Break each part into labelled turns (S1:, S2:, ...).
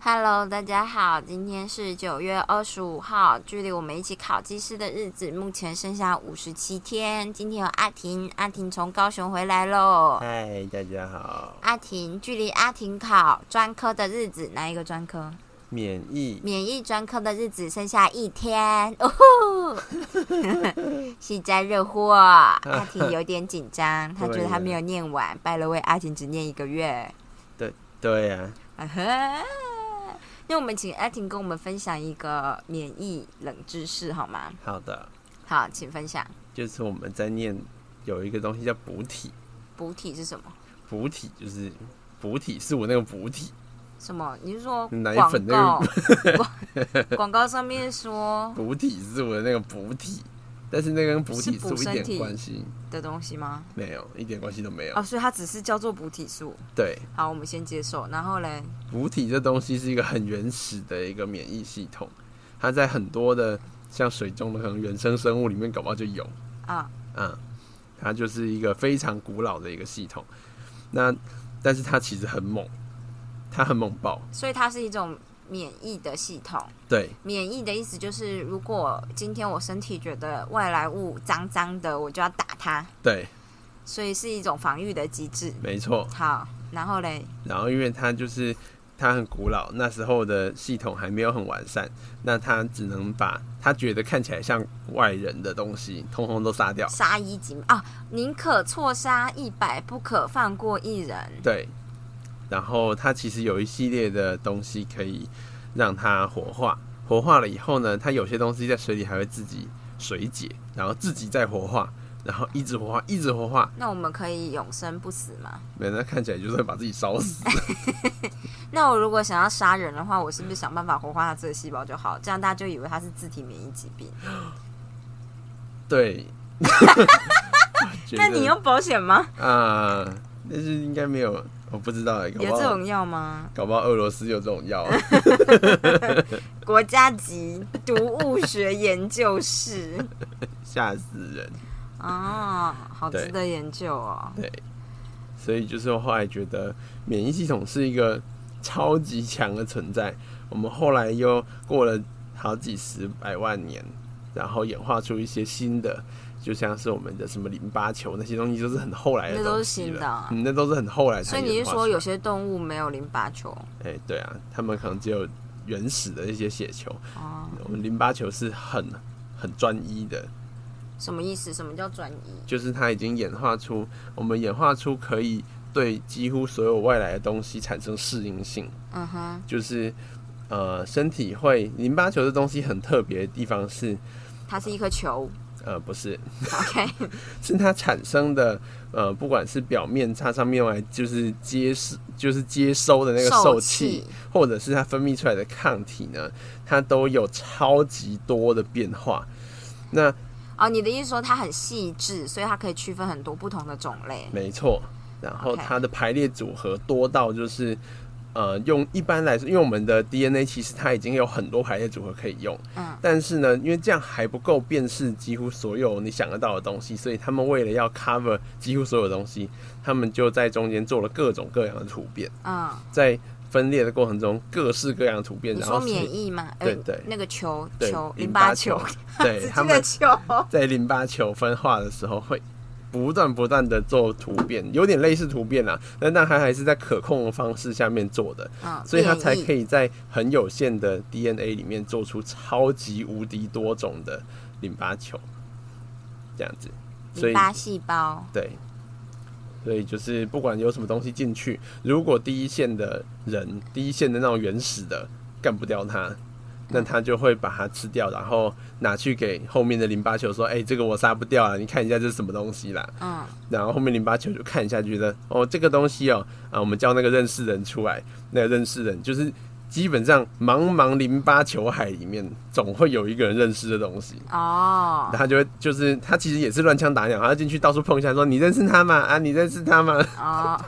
S1: Hello，大家好，今天是九月二十五号，距离我们一起考技师的日子目前剩下五十七天。今天有阿婷，阿婷从高雄回来喽。
S2: 嗨，大家好。
S1: 阿婷，距离阿婷考专科的日子，哪一个专科？
S2: 免疫
S1: 免疫专科的日子剩下一天，哦吼， 幸灾乐祸。阿婷有点紧张，她觉得她没有念完。拜了位，阿婷只念一个月。
S2: 对啊，
S1: 啊哈，那我们请阿婷跟我们分享一个免疫冷知识好吗？
S2: 好的，
S1: 好，请分享。
S2: 就是我们在念有一个东西叫补体，
S1: 补体是什么？
S2: 补体就是补体是我那个补体，
S1: 什么？你是说
S2: 奶
S1: 广
S2: 粉
S1: 告
S2: 那？
S1: 广 广告上面说
S2: 补体是我的那个补体，但是那个跟补体
S1: 是
S2: 素
S1: 补
S2: 一
S1: 身体
S2: 点关系
S1: 的东西吗？
S2: 没有，一点关系都没有。
S1: 哦，所以它只是叫做补体素。
S2: 对，
S1: 好，我们先接受，然后嘞，
S2: 补体这东西是一个很原始的一个免疫系统，它在很多的像水中的可能原生生物里面搞不好就有。
S1: 啊，
S2: 嗯，它就是一个非常古老的一个系统。那但是它其实很猛，它很猛爆。
S1: 所以它是一种免疫的系统。
S2: 对
S1: 免疫的意思就是，如果今天我身体觉得外来物脏脏的，我就要打它，
S2: 对，
S1: 所以是一种防御的机制。
S2: 没错。
S1: 好，然后嘞，
S2: 然后因为它就是它很古老，那时候的系统还没有很完善，那它只能把它觉得看起来像外人的东西，通通都杀掉。
S1: 杀一儆啊，宁可错杀一百，不可放过一人。
S2: 对，然后它其实有一系列的东西可以让它活化，活化了以后呢，它有些东西在水里还会自己水解，然后自己再活化，然后一直活化，一直活化，
S1: 那我们可以永生不死吗？
S2: 没那看起来就是会把自己烧 死。
S1: 那我如果想要杀人的话，我是不是想办法活化它这个细胞就好？这样大家就以为它是自体免疫疾病。
S2: 对，觉
S1: 那
S2: 得
S1: 你用保险吗？
S2: 啊、但是应该没有，我不知道哎、搞
S1: 有
S2: 不
S1: 这
S2: 好
S1: 种药吗？
S2: 搞不好俄罗斯有这种药、啊，
S1: 国家级毒物学研究 室。
S2: 吓死人。
S1: 哦，好值得研究哦。
S2: 所以就是我后来觉得免疫系统是一个超级强的存在。我们后来又过了好几十百万年，然后演化出一些新的，就像是我们的什么淋巴球那些东西，都是很后来
S1: 那
S2: 的
S1: 都是
S2: 东西
S1: 新的
S2: 了
S1: 啊。
S2: 嗯，那都是很后来才
S1: 所以你
S2: 演
S1: 是
S2: 化
S1: 说
S2: 出
S1: 有些动物没有淋巴球？
S2: 哎、对啊，他们可能只有原始的一些血球，
S1: 哦，
S2: 我们淋巴球是很很专一的，
S1: 什么意思？什么叫转移？
S2: 就是它已经演化出我们演化出可以对几乎所有外来的东西产生适应性。
S1: 嗯哼，
S2: 就是呃，身体会淋巴球这东西很特别的地方是，
S1: 它是一颗球。
S2: 呃，不是，
S1: OK，
S2: 是它产生的呃，不管是表面它上面来就是接是就是接收的那个受
S1: 受
S2: 气，
S1: 气
S2: 或者是它分泌出来的抗体呢，它都有超级多的变化。那
S1: 哦，你的意思说它很细致，所以它可以区分很多不同的种类。
S2: 没错，然后
S1: OK
S2: 它的排列组合多到就是。呃，用一般来说，因为我们的 DNA 其实它已经有很多排列组合可以用，
S1: 嗯，
S2: 但是呢，因为这样还不够辨识几乎所有你想得到的东西，所以他们为了要 cover 几乎所有东西，他们就在中间做了各种各样的突变，
S1: 嗯，
S2: 在分裂的过程中，各式各样的突变，
S1: 你
S2: 然
S1: 说
S2: 后是
S1: 免疫吗？呃
S2: 对对
S1: 那个球
S2: 对
S1: 球
S2: 淋
S1: 巴
S2: 巴
S1: 球，，
S2: 对
S1: 自
S2: 他
S1: 己
S2: 们
S1: 的球。
S2: 在淋巴球分化的时候会不断不断的做突变，有点类似突变啦，但但它还是在可控的方式下面做的，
S1: 嗯，
S2: 所以它才
S1: 免疫
S2: 可以在很有限的 DNA 里面做出超级无敌多种的淋巴球，这样子， 所
S1: 淋
S2: 以
S1: 巴细胞。
S2: 对。所以就是不管有什么东西进去，如果第一线的人、第一线的那种原始的干不掉它，那他就会把它吃掉，然后拿去给后面的淋巴球说：“哎、这个我杀不掉啊，你看一下这是什么东西啦。”
S1: 嗯，
S2: 然后后面淋巴球就看一下，觉得哦，这个东西哦，啊，我们叫那个认识人出来，那个认识人就是基本上茫茫淋巴球海里面，总会有一个人认识的东西，
S1: 哦
S2: 然后，他就会就是他其实也 是乱枪打鸟，他进去到处碰一下，说你认识他吗？啊，你认识他吗？
S1: 哦，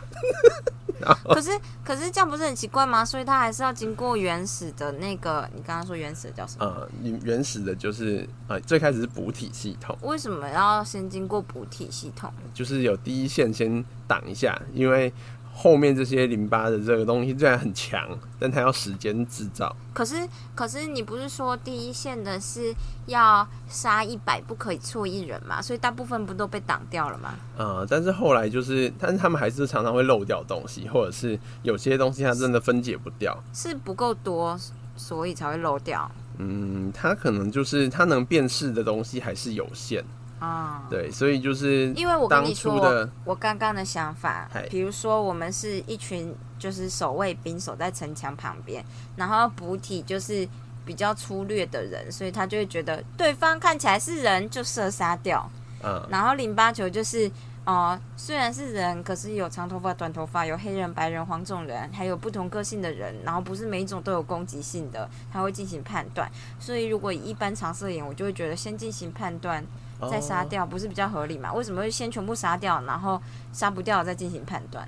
S2: 然后
S1: 可是可是这样不是很奇怪吗？所以它还是要经过原始的那个，你刚刚说原始的叫什么？
S2: 呃，原原始的就是呃，最开始是补体系统，
S1: 为什么要先经过补体系统？
S2: 就是有第一线先挡一下，因为后面这些淋巴的这个东西虽然很强，但它要时间制造。
S1: 可是可是你不是说第一线的是要杀一百不可以错一人嘛？所以大部分不都被挡掉了吗？
S2: 呃，但是后来就是，但是他们还是常常会漏掉东西，或者是有些东西它真的分解不掉。
S1: 是不够多，所以才会漏掉
S2: 嗯，它可能就是它能辨识的东西还是有限。
S1: 啊。
S2: 对，所以就是
S1: 因为我跟
S2: 当
S1: 你说，
S2: 初的
S1: 我我刚刚的想法
S2: 嗨，
S1: 比如说我们是一群就是守卫兵守在城墙旁边，然后补体就是比较粗略的人，所以他就会觉得对方看起来是人就射杀掉，
S2: 啊、
S1: 然后淋巴球就是哦、呃虽然是人，可是有长头发、短头发，有黑人、白人、黄种人，还有不同个性的人，然后不是每一种都有攻击性的，他会进行判断。所以如果以一般常射眼，我就会觉得先进行判断，
S2: 哦
S1: 再杀掉，不是比较合理嘛？为什么会先全部杀掉，然后杀不掉再进行判断？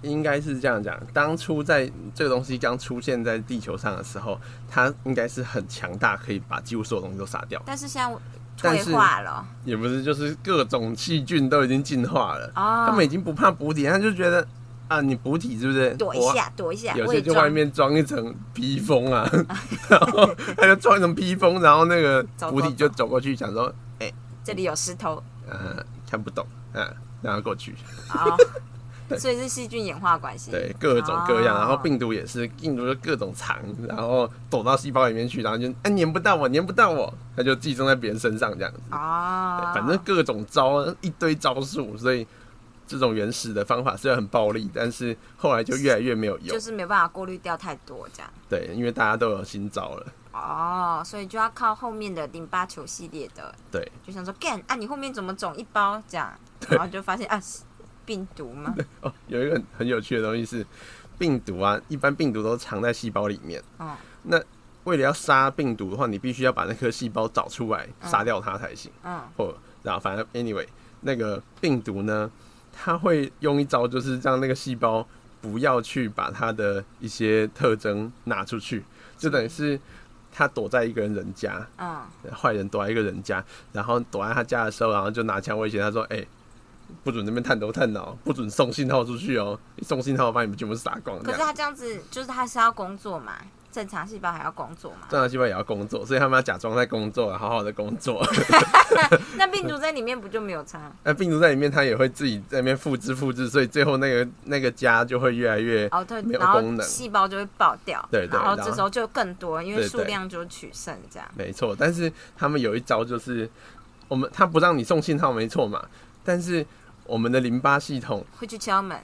S2: 应该是这样讲。当初在这个东西刚出现在地球上的时候，它应该是很强大，可以把几乎所有东西都杀掉。
S1: 但是现在
S2: 但
S1: 退
S2: 是
S1: 化了
S2: 也不是，就是各种细菌都已经进化了，
S1: 哦，
S2: 他们已经不怕补体，他就觉得啊，你补体是不是？
S1: 躲一
S2: 我啊
S1: 下，躲一下，
S2: 有
S1: 伪
S2: 些就
S1: 装
S2: 外面装一层披风啊， 然后他就装一层披风，然后那个
S1: 走
S2: 补
S1: 走
S2: 体就走过去，想说，
S1: 这里有石头
S2: 呃，看不懂，嗯、然后过去，
S1: 啊，所以是细菌演化关系。
S2: 对，各种各样，
S1: 哦
S2: 然后病毒也是，病毒就各种藏，然后躲到细胞里面去，然后就啊粘不到我，粘不到我，它就寄生在别人身上这样子，
S1: 啊，
S2: 反正各种招一堆招数，所以。这种原始的方法虽然很暴力，但是后来就越来越没有用。
S1: 就是没办法过滤掉太多这样。
S2: 对，因为大家都有新招了。
S1: 哦，所以就要靠后面的淋巴球系列的，
S2: 对，
S1: 就想说干啊，你后面怎么肿一包这样，然后就发现啊，是病毒吗？
S2: 哦，有一个很很有趣的东西是，病毒啊，一般病毒都藏在细胞里面。
S1: 嗯，
S2: 那为了要杀病毒的话，你必须要把那颗细胞找出来，杀掉它才行。
S1: 嗯，
S2: 或然后反正 anyway，那个病毒呢，它会用一招，就是让那个细胞不要去把它的一些特征拿出去，就等于是它躲在一个人家，
S1: 嗯，
S2: 坏人躲在一个人家，然后躲在他家的时候，然后就拿枪威胁他说：“哎、不准那边探头探脑，不准送信号出去哦，一送信号把你们全部杀光。”这
S1: 可是
S2: 样，
S1: 他这样子，就是他是要工作嘛，正常细胞还要工作嘛，
S2: 正常细胞也要工作，所以他们要假装在工作，好好的工作。
S1: 那病毒在里面不就没有差？
S2: 那病毒在里面，它也会自己在那边复制复制，所以最后那个那个家就会越来越
S1: 哦，对
S2: 没，有
S1: 然后
S2: 功能
S1: 细胞就会爆掉，
S2: 对对
S1: 然后
S2: 然后
S1: 这时候就更多，因为
S2: 对对
S1: 数量就取胜这样。
S2: 没错。但是他们有一招就是，我们他不让你送信号，没错嘛，但是我们的淋巴系统
S1: 会去敲门，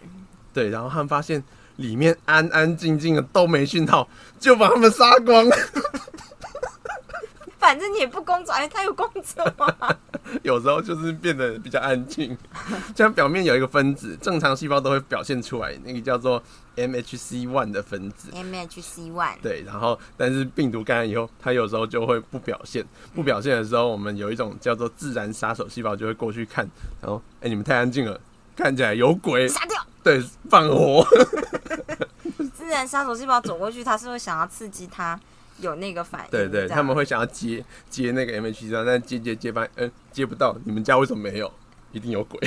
S2: 对，然后他们发现里面安安静静的都没讯号，就把他们杀光。
S1: 反正你也不工作，哎，他有工作 吗？
S2: 有时候就是变得比较安静，像表面有一个分子，正常细胞都会表现出来，那个叫做 MHC one 的分子。
S1: MHC one，
S2: 对，然后但是病毒感染以后，它有时候就会不表现，不表现的时候，我们有一种叫做自然杀手细胞就会过去看，然后哎、你们太安静了，看起来有鬼，
S1: 杀掉。
S2: 对，放 火，
S1: 自然杀手细胞走过去，它是会想要刺激它有那个反应。
S2: 对对，
S1: 这样
S2: 他们会想要接接那个 MHC 1但接接接班，嗯、接不到，你们家为什么没有？一定有鬼，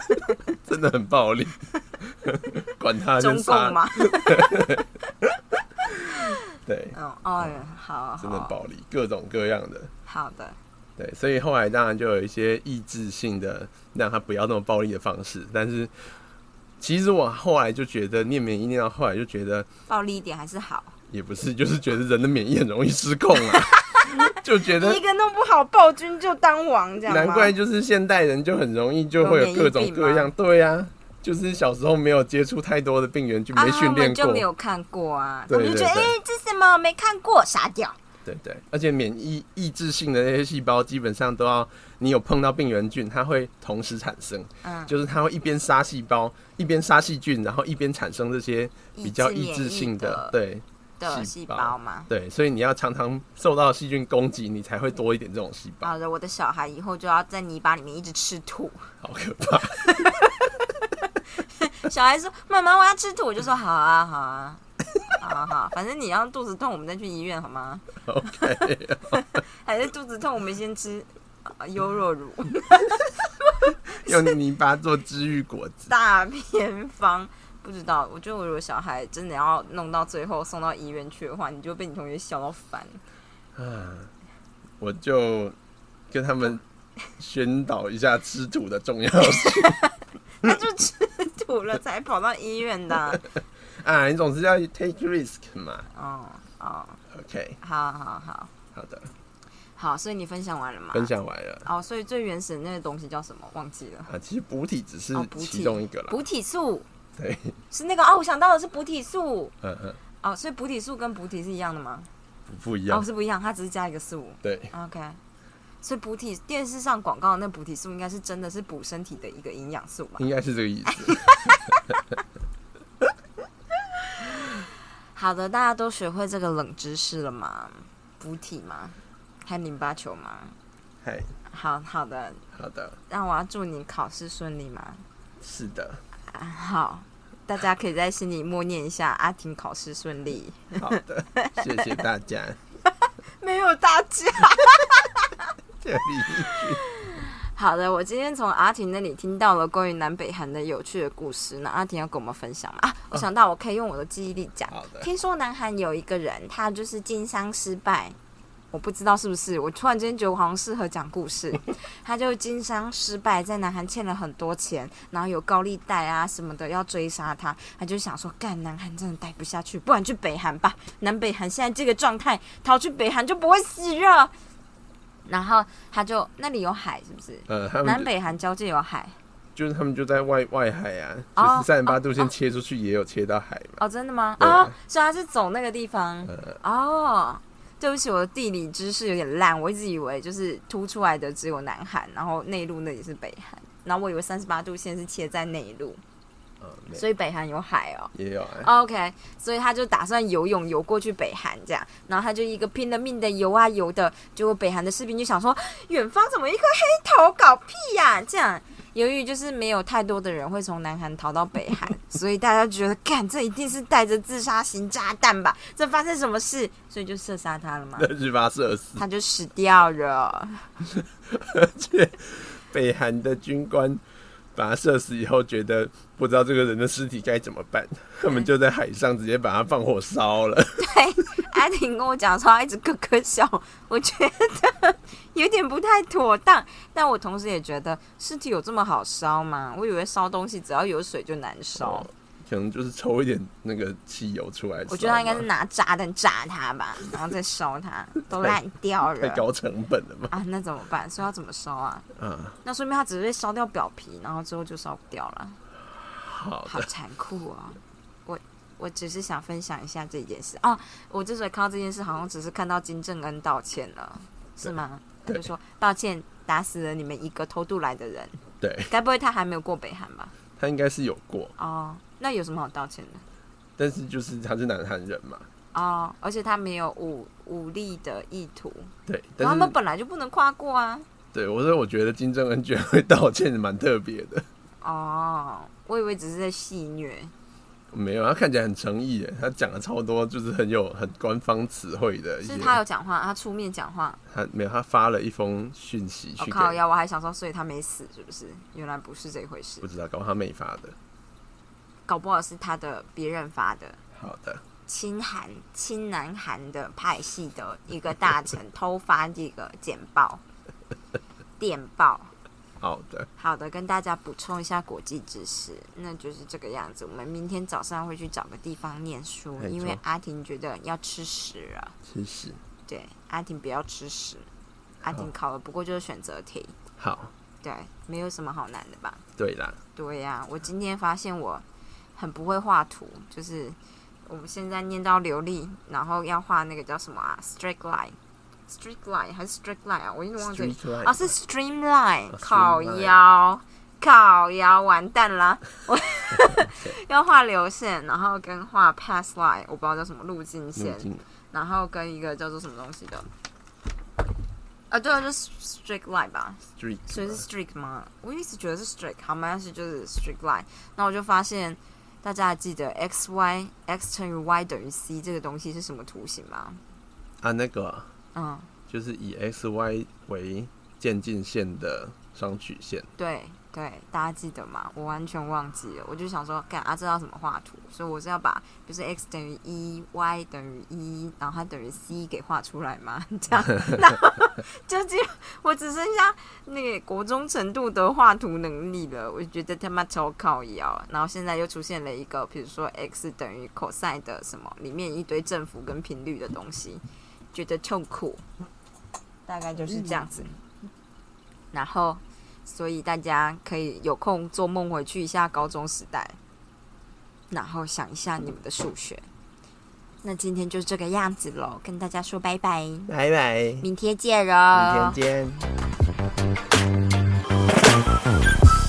S2: 真的很暴力， 管他先
S1: 中共
S2: 杀，
S1: 吗？
S2: 对，
S1: 嗯，哦，好，
S2: 真的很
S1: 好
S2: 暴力，各种各样的。
S1: 好的，
S2: 对，所以后来当然就有一些抑制性的，让他不要那么暴力的方式。但是其实我后来就觉得念免疫念到后来就觉得
S1: 暴力一点还是好。
S2: 也不是，就是觉得人的免疫很容易失控啊， 就觉得
S1: 一个弄不好，暴君就当王，这样吗
S2: 难怪就是现代人就很容易就会有各种
S1: 有
S2: 各
S1: 免疫
S2: 样，对呀、就是小时候没有接触太多的病源，就
S1: 啊，
S2: 没训
S1: 他
S2: 练
S1: 们就
S2: 过，
S1: 没有看过啊，
S2: 对
S1: 我就觉得
S2: 对对
S1: 哎，这什么没看过，杀掉。
S2: 对对，而且免疫抑制性的那些细胞基本上都要你有碰到病原菌，它会同时产生，
S1: 嗯，
S2: 就是它会一边杀细胞，一边杀细菌，然后一边产生这些比较抑制性的，
S1: 抑制免疫的
S2: 对
S1: 啊的
S2: 细
S1: 细
S2: 胞
S1: 胞嘛。
S2: 对，所以你要常常受到细菌攻击，你才会多一点这种细胞，
S1: 好的，我的小孩以后就要在泥巴里面一直吃土，
S2: 好可怕！
S1: 小孩说：“妈妈，我要吃土。”我就说：“好啊，好啊，好啊好啊，反正你要肚子痛，我们再去医院好吗？
S2: OK，
S1: 还是肚子痛，我们先吃呃优若乳
S2: 用泥巴做治愈果 子，
S1: 大偏方。”不知道，我觉得我如果小孩真的要弄到最后送到医院去的话，你就会被你同学笑到烦。
S2: 啊，我就跟他们宣导一下吃土的重要性
S1: 他就吃土了才跑到医院的啊、
S2: 啊，你总是要 take risk 嘛。
S1: 哦哦，
S2: OK，
S1: 好好好
S2: 好的，
S1: 好，所以你分享完了吗？
S2: 分享完了
S1: 哦，所以最原始的那个东西叫什么？忘记了。
S2: 啊，其实补体只是
S1: 哦补体
S2: 其中一个啦。
S1: 补体素
S2: 对，
S1: 是那个哦，我想到的是补体素
S2: 嗯嗯，
S1: 哦，所以补体素跟补体是一样的吗？
S2: 不不一
S1: 哦，
S2: 样。
S1: 是不一样，它只是加一个素。
S2: 对，
S1: OK，所以补体电视上广告的那补体素应该是真的是补身体的一个营养素吧？
S2: 应该是这个意思。
S1: 好的，大家都学会这个冷知识了吗？补体吗？还有淋巴球吗？
S2: 嗨，
S1: 好好的，
S2: 好的，
S1: 那我要祝你考试顺利吗？
S2: 是的，
S1: 啊，好，大家可以在心里默念一下阿婷考试顺利。
S2: 好 的，谢谢大家。
S1: 没有大家。
S2: 这里
S1: 好的，我今天从阿婷那里听到了关于南北韩的有趣的故事，那阿婷要跟我们分享吗？啊，我想到我可以用我的记忆力讲。
S2: 好的，
S1: 听说南韩有一个人，他就是经商失败，我不知道是不是。我突然间觉得我好像适合讲故事。他就经商失败，在南韩欠了很多钱，然后有高利贷啊什么的要追杀他，他就想说，干南韩真的待不下去，不然去北韩吧。南北韩现在这个状态，逃去北韩就不会死热。然后他就那里有海，是不是？
S2: 呃，他们
S1: 南
S2: 就
S1: 北韩交界有海
S2: 就是他们就在外外海啊，
S1: 哦
S2: 就是三十八度
S1: 哦
S2: 线
S1: 哦
S2: 切出去也有切到海嘛。
S1: 哦，真的吗？
S2: 对啊
S1: 哦，所以他是走那个地方。
S2: 呃，
S1: 哦，对不起，我的地理知识有点烂，我一直以为就是凸出来的只有南韩，然后内陆那里是北韩，然后我以为三十八度线是切在内陆，
S2: 呃没
S1: 所以北韩有海哦。
S2: 也有啊，
S1: OK，所以他就打算游泳游过去北韩这样，然后他就一个拼了命的游啊游的，结果北韩的士兵就想说，远方怎么一颗黑头搞屁呀、这样。由于就是没有太多的人会从南韩逃到北韩，所以大家觉得，干这一定是带着自杀型炸弹吧？这发生什么事？所以就射杀他了嘛，
S2: 那日巴射死，
S1: 他就死掉了。
S2: 而且北韩的军官把他射死以后，觉得不知道这个人的尸体该怎么办，他们就在海上直接把他放火烧了。
S1: 安婷跟我讲的时候，她一直咯咯笑，我觉得有点不太妥当。但我同时也觉得，尸体有这么好烧吗？我以为烧东西只要有水就难烧。
S2: 哦可能就是抽一点那个汽油出来烧嘛，
S1: 我觉得他应该是拿炸弹炸它吧，然后再烧它，都烂掉
S2: 太
S1: 了
S2: 高成本了嘛。
S1: 啊！那怎么办？所以要怎么烧啊？
S2: 啊，
S1: 那说明它只会烧掉表皮，然后之后就烧不掉了，
S2: 好
S1: 好
S2: 的，
S1: 残酷哦！我我只是想分享一下这件事哦。我之所以看到这件事，好像只是看到金正恩道歉了，是吗？他
S2: 对
S1: 就说抱歉，打死了你们一个偷渡来的 人。
S2: 对
S1: 该不会他还没有过北韩吧？
S2: 他应该是有过，
S1: 哦，那有什么好道歉的？
S2: 但是就是他是南韩人嘛，
S1: 哦，而且他没有武武力的意图，
S2: 对，
S1: 然后
S2: 但
S1: 他
S2: 是
S1: 们本来就不能跨过啊。
S2: 对我说我觉得金正恩居然会道歉，蛮特别的。
S1: 哦，我以为只是在戏虐。
S2: 没有，他看起来很诚意耶，他讲了超多，就是很有很官方词汇的一些
S1: 是。他有讲话，他出面讲话。
S2: 他没有，他发了一封讯息
S1: 我、
S2: 去
S1: 哦
S2: 给，
S1: 靠腰，我还想说，所以他没死是不是？原来不是这回事
S2: 不，知道，搞不好他妹发的。
S1: 搞不好是他的别人发的。
S2: 好的，
S1: 亲韩、亲南韩的派系的一个大臣偷发这个简报、 电报，
S2: 好的，
S1: 好的，跟大家补充一下国际知识，那就是这个样子。我们明天早上会去找个地方念书，
S2: 没错
S1: 因为阿婷觉得要吃屎了。
S2: 谢谢。
S1: 对，阿婷不要吃屎。阿婷考了，不过就是选择题，
S2: 好，
S1: 对，没有什么好难的吧？
S2: 对啦，
S1: 对呀、我今天发现我很不会画图，就是我们现在念到流利，然后要画那个叫什么啊？straight line，straight line 还是 straight line 啊？我有点忘记了。
S2: Street light
S1: 啊，是 Streamline，
S2: 啊
S1: 烤
S2: Streamline
S1: 腰，烤腰，完蛋啦！我 要画流线，然后跟画 pass line，我不知道叫什么路径
S2: 路
S1: 线，
S2: 径
S1: 然后跟一个叫做什么东西的，啊，对啊，就是 strict line 吧，
S2: streak，
S1: 所以是
S2: 嘛
S1: strict 吗？我一直觉得是 strict，好吗？但是就是 strict line。那我就发现，大家还记得 x y x 乘以 y 等于 c 这个东西是什么图形吗？
S2: 啊，那个啊
S1: 嗯，
S2: 就是以 x y 为渐进线的双曲线，
S1: 对对，大家记得吗？我完全忘记了，我就想说，干啊，这要怎么画图？所以我是要把，比如说 x 等于一，y 等于一，然后它等于 c 给画出来吗？ 这样，那就只有我只剩下那个国中程度的画图能力了，我觉得他妈超靠腰。然后现在又出现了一个，比如说 x 等于 cos 的什么，里面一堆振幅跟频率的东西，觉得痛苦。大概就是这样子。然后，所以大家可以有空做梦回去一下高中时代，然后想一下你们的数学。那今天就这个样子喽，跟大家说拜拜，
S2: 拜拜，明
S1: 明天见喽。
S2: 天见。